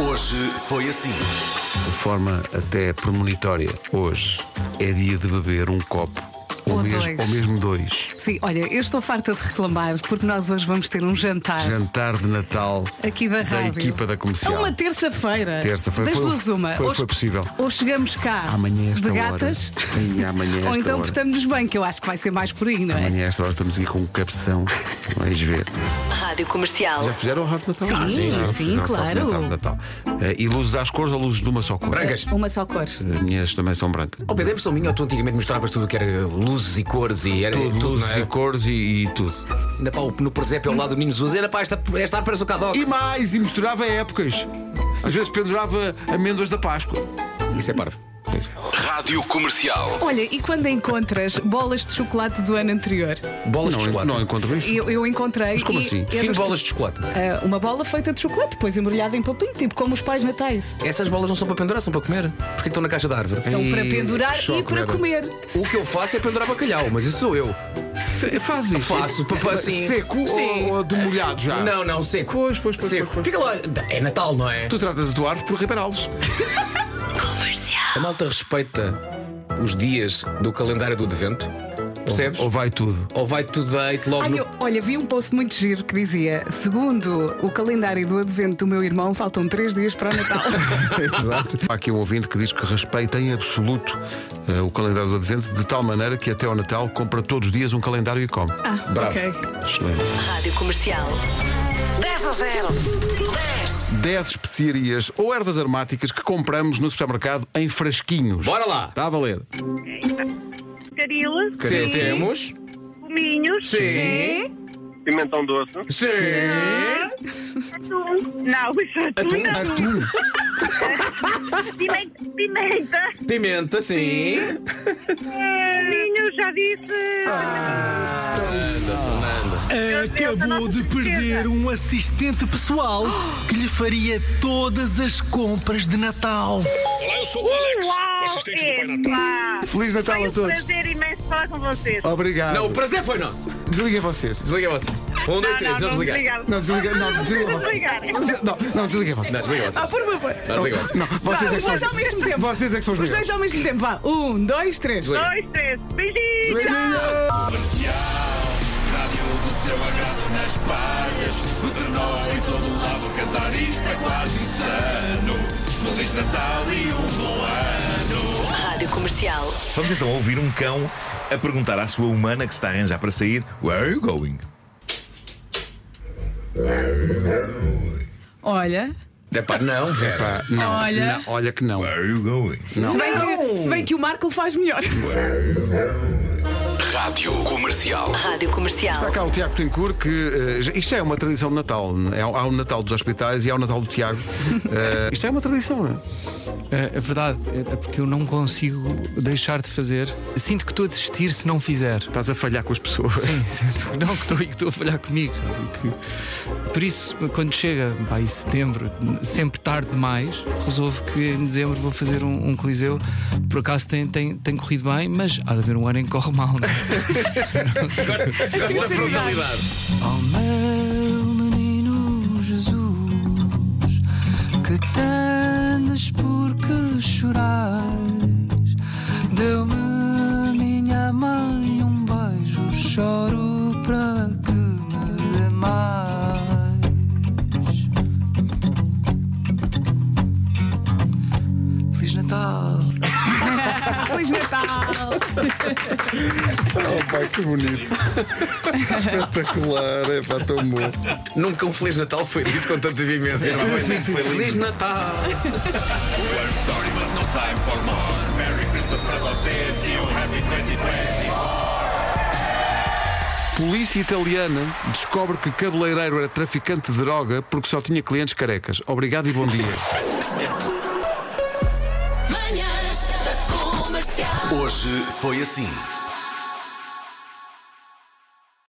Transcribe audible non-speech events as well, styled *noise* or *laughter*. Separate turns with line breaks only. Hoje foi assim.
de forma até premonitória. Hoje é dia de beber um copo. Ou,
Ou
mesmo,
dois.
ou mesmo dois.
Sim, olha, eu estou farta de reclamar porque nós hoje vamos ter um jantar
Jantar de Natal
aqui da,
da
rádio.
equipa da
É
comercial.
uma terça-feira.
Terça-feira.
Das
Foi-
duas uma.
foi-
Ou-
foi possível.
Ou chegamos cá
Amanhã é esta
de gatas.
hora. Sim, amanhã é esta
Ou então
hora.
portamos-nos bem, que eu acho que vai ser mais por aí, não é?
Amanhã a esta hora estamos aqui com um cabeção. Vais ver.
Rádio Comercial.
Já fizeram o Hard Natal?
Sim,
Ah, já
sim,
fizeram o
claro.
Hard Natal de Natal. Eh, e luzes às cores ou luzes de uma só cor?
Brancas.
Uma só cor.
As minhas também são brancas.
Oh, Pedro, é impressão minha ou tu antigamente mostravas tudo o que era luzes e cores e era tudo, não
luzes
é?
e cores e, e tudo.
Ainda pá, o- no presépio ao lado do Menino Jesus era pá, esta, esta árvore parece o Cadoc.
E mais, e misturava épocas. Às vezes pendurava amêndoas da Páscoa.
Isso é parvo.
Rádio Comercial.
Olha, e quando encontras bolas de chocolate do ano anterior?
Bolas
não,
de chocolate.
não encontro isso.
Eu, eu encontrei.
como
e
assim?
é
Fim de
dos-
bolas de chocolate.
Ah, uma bola feita de chocolate, depois embrulhada em papinho, tipo como os pais natais.
Essas bolas não são para pendurar, são para comer. Porque que estão na caixa da árvore.
São Então, para
E-
pendurar
só
e para
comer.
comer.
O que eu faço é pendurar bacalhau, mas isso sou eu.
F- Faz isso.
Faço, papá, assim.
Seco
Sim.
ou, ou demolhado já?
Não, não, seco.
Tá. Pois, pois, pois,
seco.
pois, pois.
Fica lá. É Natal, não é?
Tu tratas a tua árvore por Ribeiralves.
A malta respeita os dias do calendário do advento. Percebes?
Ou vai tudo.
Ou vai tudo deite logo
Ai,
no.
eu- olha, vi um post muito giro que dizia: segundo o calendário do advento do meu irmão, faltam três dias para o Natal.
Exato. Há aqui um ouvinte que diz que respeita em absoluto eh, o calendário do Advento, de tal maneira que até ao Natal compra todos os dias um calendário e come.
ah,
Bravo.
ok.
Excelente.
Rádio Comercial. 10 a 0. 10.
10 especiarias ou ervas aromáticas que compramos no supermercado em frasquinhos.
Bora lá.
Está a valer.
Caril,
Sim. Temos.
cominhos,
Sim.
pimentão doce.
Sim.
atum. Não, isso é atum. não. Pimenta, pimenta.
Pimenta, sim.
Cominhos, já disse.
Acabou de perder um assistente pessoal que lhe faria todas as compras de Natal.
Olá, eu sou o Alex,
Uau,
o assistente do Pai Natal.
epá.
Feliz Natal
Foi
a
um
todos.
prazer imenso falar com vocês.
Obrigado.
Não, o prazer foi nosso.
Desliguem vocês.
Desliguem vocês. Um, dois, três,
Ah,
não
não,
desligaste.
obrigado.
Não, desliguem, não, desliguem vocês.
Obrigada.
Não, não, desliguem vocês.
Não, desliguem vocês.
Ah, por favor.
Não, desliguem vocês.
Não, vocês
Vá,
é que
os
são.
dois ao mesmo tempo.
Vocês é que são os
Os dois
melhores.
ao mesmo tempo. Vá. Um, dois, três.
Desliga.
Dois, três. Beijinhos.
Beijinhos.
Rádio do seu agrado nas praias, o trenó em todo lado, cantar isto é quase insano. Feliz Natal e um bom ano.
Rádio Comercial.
Vamos então ouvir um cão a perguntar à sua humana que se está a arranjar para sair: Where are you going?
Olha.
Epá, não, velho.
É Pá, não,
Olha.
não, olha que não.
Where are you going?
Se bem, que, se bem que o Marco faz melhor.
Rádio Comercial.
Rádio Comercial.
Está cá o Tiago Tencourt, que eh, já- isto é uma tradição de Natal. né? Há há o Natal dos hospitais e há o Natal do *laughs* Tiago. Eh, isto é uma tradição, não é?
É, é verdade, é é porque eu não consigo deixar de fazer. Sinto que estou a desistir se não fizer.
Estás a falhar com as pessoas.
Sim, sinto- não que estou, que estou a falhar comigo, sabes? E que- por isso, quando chega pá, em setembro, sempre tarde demais, resolvo que em dezembro vou fazer um, um coliseu. Por acaso tem, tem, tem corrido bem, mas há de haver um ano em que corre mal, não é?
Gosto da frontalidade.
Ó meu menino Jesus, que tendes por que chorais? Deu-me minha mãe um beijo, choro para que me dê mais. Feliz Natal!
*laughs* Feliz Natal.
Oh, pai, que *laughs* bonito. Espetacular, é pá, tão bom.
Nunca um Feliz Natal foi dito com tanta vivência. não foi? Feliz Natal.
We're sorry, but no time for more. Merry Christmas para vocês e um Happy 2020.
Polícia italiana descobre que cabeleireiro era traficante de droga porque só tinha clientes carecas. Obrigado e bom dia.
Manhãs da Comercial.
Hoje foi assim.